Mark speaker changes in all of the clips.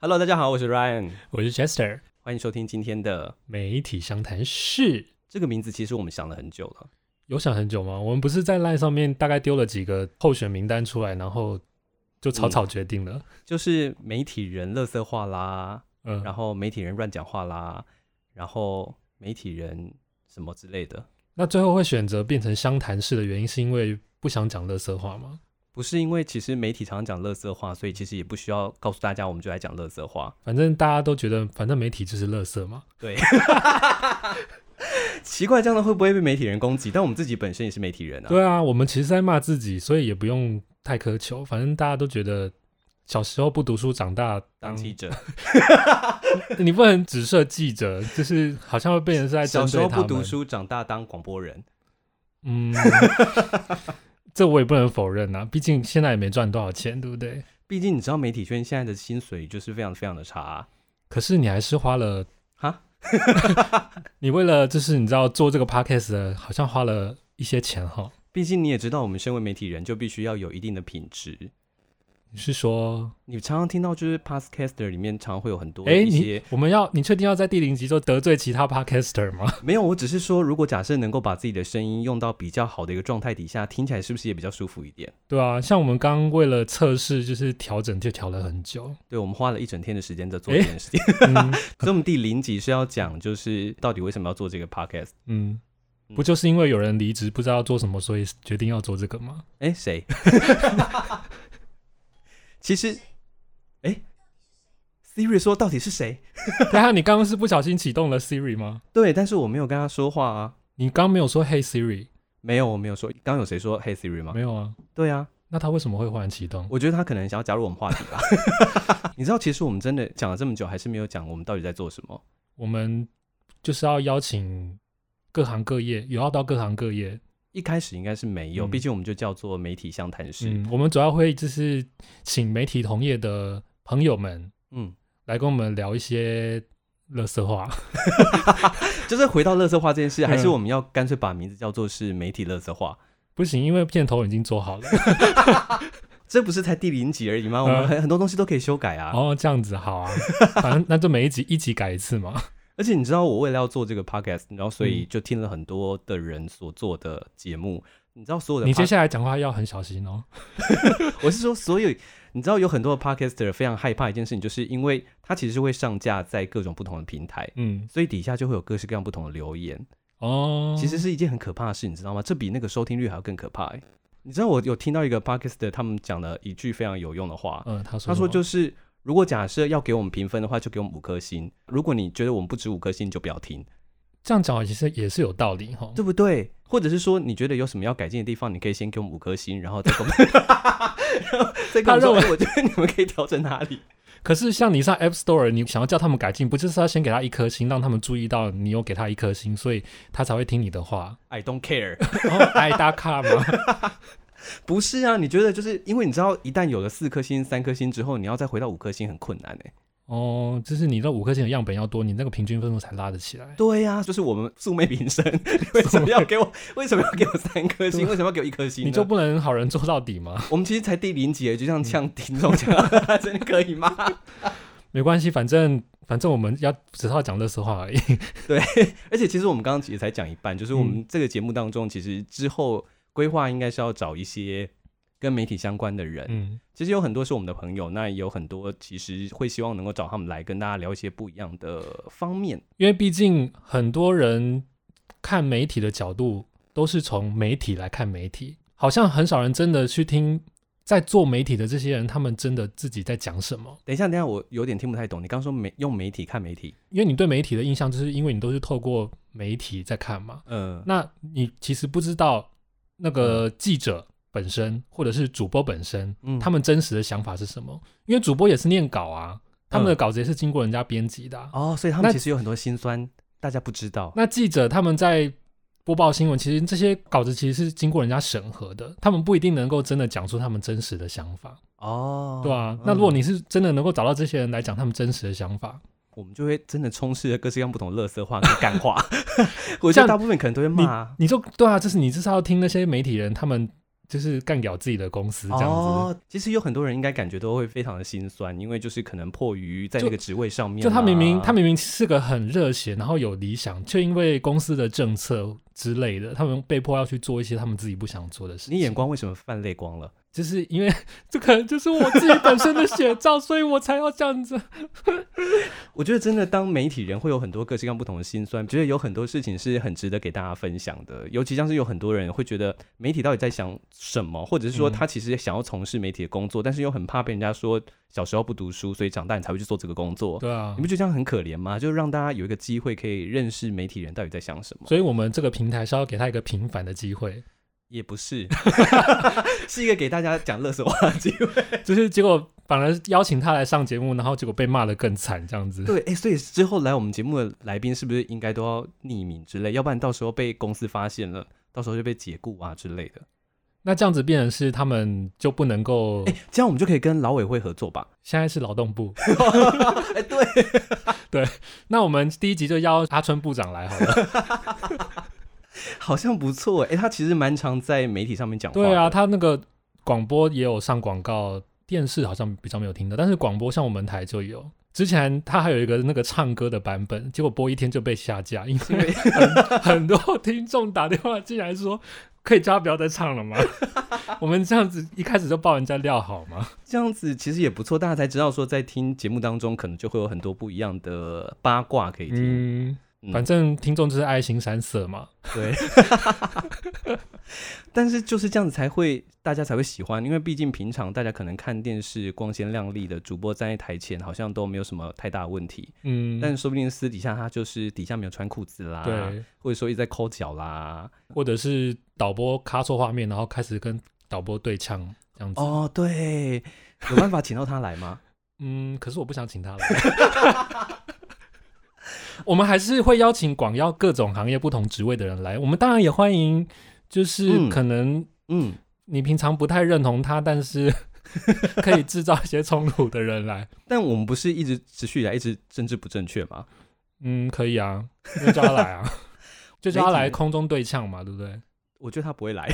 Speaker 1: Hello，大家好，我是 Ryan，
Speaker 2: 我是 Chester，
Speaker 1: 欢迎收听今天的
Speaker 2: 媒体相谈室。
Speaker 1: 这个名字，其实我们想了很久了。
Speaker 2: 有想很久吗？我们不是在 LINE 上面大概丢了几个候选名单出来，然后就草草决定了。
Speaker 1: 就是媒体人乐色话啦，
Speaker 2: 嗯，
Speaker 1: 然后媒体人乱讲话啦，然后媒体人什么之类的，
Speaker 2: 那最后会选择变成相谈式的原因，是因为不想讲乐色话吗？
Speaker 1: 不是因为其实媒体常常讲乐色话，所以其实也不需要告诉大家，我们就来讲乐色话。
Speaker 2: 反正大家都觉得，反正媒体就是乐色嘛。
Speaker 1: 对，奇怪，这样的会不会被媒体人攻击？但我们自己本身也是媒体人啊。
Speaker 2: 对啊，我们其实在骂自己，所以也不用太苛求。反正大家都觉得小时候不读书，长大
Speaker 1: 当记者，
Speaker 2: 你不能只设记者，就是好像会被人是在
Speaker 1: 小
Speaker 2: 针
Speaker 1: 时
Speaker 2: 对
Speaker 1: 候
Speaker 2: 他
Speaker 1: 不
Speaker 2: 们。
Speaker 1: 读书，长大当广播人。
Speaker 2: 嗯， 这我也不能否认啊，毕竟现在也没赚多少钱，对不对？
Speaker 1: 毕竟你知道，媒体圈现在的薪水就是非常非常的差、啊。
Speaker 2: 可是你还是花了
Speaker 1: 哈，
Speaker 2: 你为了就是你知道做这个 podcast 的，好像花了一些钱哈。
Speaker 1: 毕竟你也知道，我们身为媒体人就必须要有一定的品质。
Speaker 2: 你是说，
Speaker 1: 你常常听到就是 podcaster 里面常会有很多
Speaker 2: 哎，
Speaker 1: 一
Speaker 2: 你
Speaker 1: 些
Speaker 2: 我们要你确定要在第零集就得罪其他 podcaster 吗？
Speaker 1: 没有，我只是说，如果假设能够把自己的声音用到比较好的一个状态底下，听起来是不是也比较舒服一点？
Speaker 2: 对啊，像我们刚刚为了测试就是调整就调了很久。
Speaker 1: 对我们花了一整天的时间在做
Speaker 2: 诶
Speaker 1: 这件事情，
Speaker 2: 嗯
Speaker 1: 所以我们第零集是要讲就是到底为什么要做这个 podcast？
Speaker 2: 嗯，不就是因为有人离职不知道做什么，所以决定要做这个吗？
Speaker 1: 哎，谁？其实，哎，Siri 说到底是谁？
Speaker 2: 等啊一下你刚刚是不小心启动了 Siri 吗？
Speaker 1: 对，但是我没有跟他说话啊，
Speaker 2: 你刚没有说 Hey Siri，
Speaker 1: 没有，我没有说。刚刚有谁说 Hey Siri 吗
Speaker 2: 没？有啊？
Speaker 1: 对啊，
Speaker 2: 那他为什么会忽然启动？
Speaker 1: 我觉得他可能想要加入我们话题吧。 你知道，其实我们真的讲了这么久，还是没有讲我们到底在做什么。
Speaker 2: 我们就是要邀请各行各业，有要到各行各业。
Speaker 1: 一开始应该是没有，
Speaker 2: 嗯
Speaker 1: 毕竟我们就叫做媒体相谈室。
Speaker 2: 嗯，我们主要会就是请媒体同业的朋友们
Speaker 1: 嗯，
Speaker 2: 来跟我们聊一些乐色话。
Speaker 1: 就是回到乐色话这件事，
Speaker 2: 嗯
Speaker 1: 还是我们要干脆把名字叫做是媒体乐色话？
Speaker 2: 不行，因为片头已经做好了。
Speaker 1: 这不是才第零集而已吗？我们
Speaker 2: 嗯
Speaker 1: 很很多东西都可以修改 啊。
Speaker 2: 哦，这样子好 啊，反正那就每一集一集改一次嘛。
Speaker 1: 而且你知道，我为了要做这个 podcast，然后所
Speaker 2: 嗯
Speaker 1: 以就听了很多的人所做的节目。你知道所有的
Speaker 2: 你接
Speaker 1: pod-
Speaker 2: 下来讲话要很小心哦。
Speaker 1: 我是说，所有你知道有很多的 podcaster 非常害怕一件事情，就是因为它其实是会上架在各种不同的平台。
Speaker 2: 嗯，
Speaker 1: 所以底下就会有各式各样不同的留言，
Speaker 2: 哦，
Speaker 1: 其实是一件很可怕的事，你知道吗？这比那个收听率还要更可怕、欸。你知道我有听到一个 p a k i s t 他们讲了一句非常有用的话，
Speaker 2: 嗯，他说
Speaker 1: 他说就是是如果假设要给我们评分的话，就给我们五颗星；如果你觉得我们不值五颗星，你就不要听，
Speaker 2: 哦这样讲，其实也是有道理哈。
Speaker 1: 对不对？或者是说你觉得有什么要改进的地方，你可以先给我们五颗星，然后再给 我们，然后再跟我们说，
Speaker 2: 他认为
Speaker 1: 哎我觉得你们可以调整哪里？
Speaker 2: 可是像你上 App Store，你想要叫他们改进，不就是要先给他一颗星，让他们注意到你有给他一颗星，所以他才会听你的话，
Speaker 1: I don't care。
Speaker 2: 哦，挨打卡吗？
Speaker 1: 不是啊，你觉得就是因为你知道，一旦有了四颗星、三颗星之后，你要再回到五颗星很困难哎、
Speaker 2: 哦，就是你那五颗星的样本要多，你那个平均分数才拉得起来。
Speaker 1: 对呀、就是我们素昧平生，你为什么要给我？为什么要给我三颗星？为什么要给我一颗星呢？
Speaker 2: 你就不能好人做到底吗？
Speaker 1: 我们其实才第零集而已，就这样呛听众讲， 真的可以吗？
Speaker 2: 没关系，反正反正我们要只是要讲乐色话而已。
Speaker 1: 而且其实我们刚刚也才讲一半，就是我们这个节目当中，其实之后规划应该是要找一些跟媒体相关的人。
Speaker 2: 嗯，
Speaker 1: 其实有很多是我们的朋友，那也有很多其实会希望能够找他们来跟大家聊一些不一样的方面。
Speaker 2: 因为毕竟很多人看媒体的角度都是从媒体来看媒体，好像很少人真的去听在做媒体的这些人，他们真的自己在讲什么。
Speaker 1: 等一下，等一下，我有点听不太懂。你刚说媒用媒体看媒体，
Speaker 2: 因为你对媒体的印象，就是因为你都是透过媒体在看嘛。
Speaker 1: 嗯、呃，
Speaker 2: 那你其实不知道那个记者本身，或者是主播本身，
Speaker 1: 嗯
Speaker 2: 他们真实的想法是什么？因为主播也是念稿啊，他
Speaker 1: 嗯
Speaker 2: 们的稿子也是经过人家编辑的啊、
Speaker 1: 哦，所以他们
Speaker 2: 那
Speaker 1: 其实有很多辛酸，大家不知道。
Speaker 2: 那记者他们在播报新闻，其实这些稿子其实是经过人家审核的，他们不一定能够真的讲出他们真实的想法，
Speaker 1: 哦，
Speaker 2: 对啊
Speaker 1: 嗯，
Speaker 2: 那如果你是真的能够找到这些人来讲他们真实的想法，
Speaker 1: 我们就会真的充斥着各式各样不同的垃圾话跟干 话，我觉得大部分可能都会骂啊。
Speaker 2: 你就对啊，就是你至少要听那些媒体人他们就是干掉自己的公司这样子。
Speaker 1: 哦，其实有很多人应该感觉都会非常的心酸，因为就是可能迫于在
Speaker 2: 就
Speaker 1: 那个职位上面啊、
Speaker 2: 就他明明他明明是个很热血，然后有理想，却因为公司的政策之类的，他们被迫要去做一些他们自己不想做的事情。
Speaker 1: 你眼光为什么泛泪光了？
Speaker 2: 就是因为 这可能就是我自己本身的写照，所以我才要这样 子。
Speaker 1: 我觉得真的，当媒体人会有很多各式各样不同的心酸，觉得有很多事情是很值得给大家分享的。尤其像是有很多人会觉得媒体到底在想什么，或者是说
Speaker 2: 嗯
Speaker 1: 他其实想要从事媒体的工作，但是又很怕被人家说小时候不读书，所以长大你才会去做这个工作。
Speaker 2: 对啊
Speaker 1: 你，不觉得这样很可怜吗？就让大家有一个机会可以认识媒体人到底在想什么，
Speaker 2: 所以我们这个平台是要给他一个平凡的机会，
Speaker 1: 也不 是，是一个给大家讲乐色话的机会。
Speaker 2: 就是结果反而邀请他来上节目，然后结果被骂得更惨这样子。
Speaker 1: 对，哎、所以之后来我们节目的来宾是不是应该都要匿名之类？要不然到时候被公司发现了，到时候就被解雇啊之类的。
Speaker 2: 那这样子变成是他们就不能够，
Speaker 1: 哎、这样我们就可以跟劳委会合作 吧？
Speaker 2: 现在是劳动部。
Speaker 1: 哎、对，
Speaker 2: 那我们第一集就邀阿春部长来 好了。
Speaker 1: 好像不错哎、诶他其实蛮常在媒体上面讲话。
Speaker 2: 对啊，，他那个广播也有上广告，电视好像比较没有听到，但是广播像我们台就有。之前他还有一个那个唱歌的版本，结果播一天就被下架，因为 很 很多听众打电话进来说，可以叫他不要再唱 了吗？我们这样子一开始就爆人家料好吗？
Speaker 1: 这样子其实也不错，大家才知道说在听节目当中，可能就会有很多不一样的八卦可以听。
Speaker 2: 嗯，
Speaker 1: 嗯
Speaker 2: 反正听众就是爱新山色嘛。
Speaker 1: 对， 但是就是这样子才会大家才会喜欢，因为毕竟平常大家可能看电视光鲜亮丽的主播站在台前，好像都没有什么太大的问题，
Speaker 2: 嗯，
Speaker 1: 但啊说不定私底下他就是底下没有穿裤子啦，，
Speaker 2: 对，
Speaker 1: 或者说一直在抠脚 啦。
Speaker 2: 或者是导播卡错画面，然后开始跟导播对呛这样子。
Speaker 1: 哦，对，有办法请到他来吗？
Speaker 2: 嗯，可是我不想请他来。 我们还是会邀请广邀各种行业不同职位的人来。我们当然也欢迎，就是
Speaker 1: 嗯
Speaker 2: 可能
Speaker 1: 嗯，
Speaker 2: 你平常不太认同他，但是 可以制造一些冲突的人来。
Speaker 1: 但我们不是一直持续以来一直政治不正确吗？
Speaker 2: 嗯，可以啊，那叫他来啊， 就叫他
Speaker 1: 媒
Speaker 2: 来
Speaker 1: 体
Speaker 2: 空中对呛嘛，对不对？
Speaker 1: 我觉得他不会来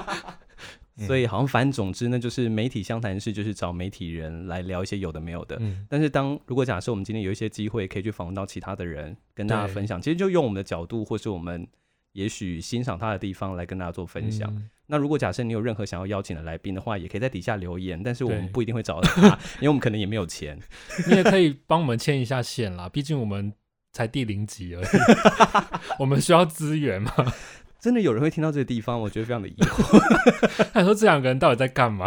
Speaker 2: 嗯，
Speaker 1: 所以好像反正总之呢，就是媒体相谈室就是找媒体人来聊一些有的没有的。
Speaker 2: 嗯，
Speaker 1: 但是当如果假设我们今天有一些机会可以去访问到其他的人，跟大家
Speaker 2: 对
Speaker 1: 分享，其实就用我们的角度或是我们也许欣赏他的地方来跟大家做分享。
Speaker 2: 嗯
Speaker 1: 那如果假设你有任何想要邀请的来宾的话，也可以在底下留言，但是我们
Speaker 2: 对
Speaker 1: 不一定会找到他，因为我们可能也没有钱。
Speaker 2: 你也可以帮我们牵一下线啦，毕竟我们才第零集而已， 我们需要资源嘛。
Speaker 1: 真的有人会听到这个地方，我觉得非常的疑惑。
Speaker 2: 他说这两个人到底在干嘛？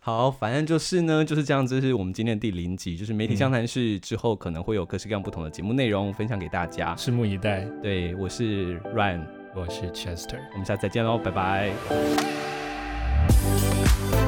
Speaker 1: 好，反正就是呢，就是这样，这是我们今天的第零集，就是媒体相谈室之后可能会有各式各样不同的节目内容分享给大家。
Speaker 2: 拭目以待。
Speaker 1: 对，我是 Ryan，
Speaker 2: 我是 Chester。
Speaker 1: 我们下次再见喽，拜拜。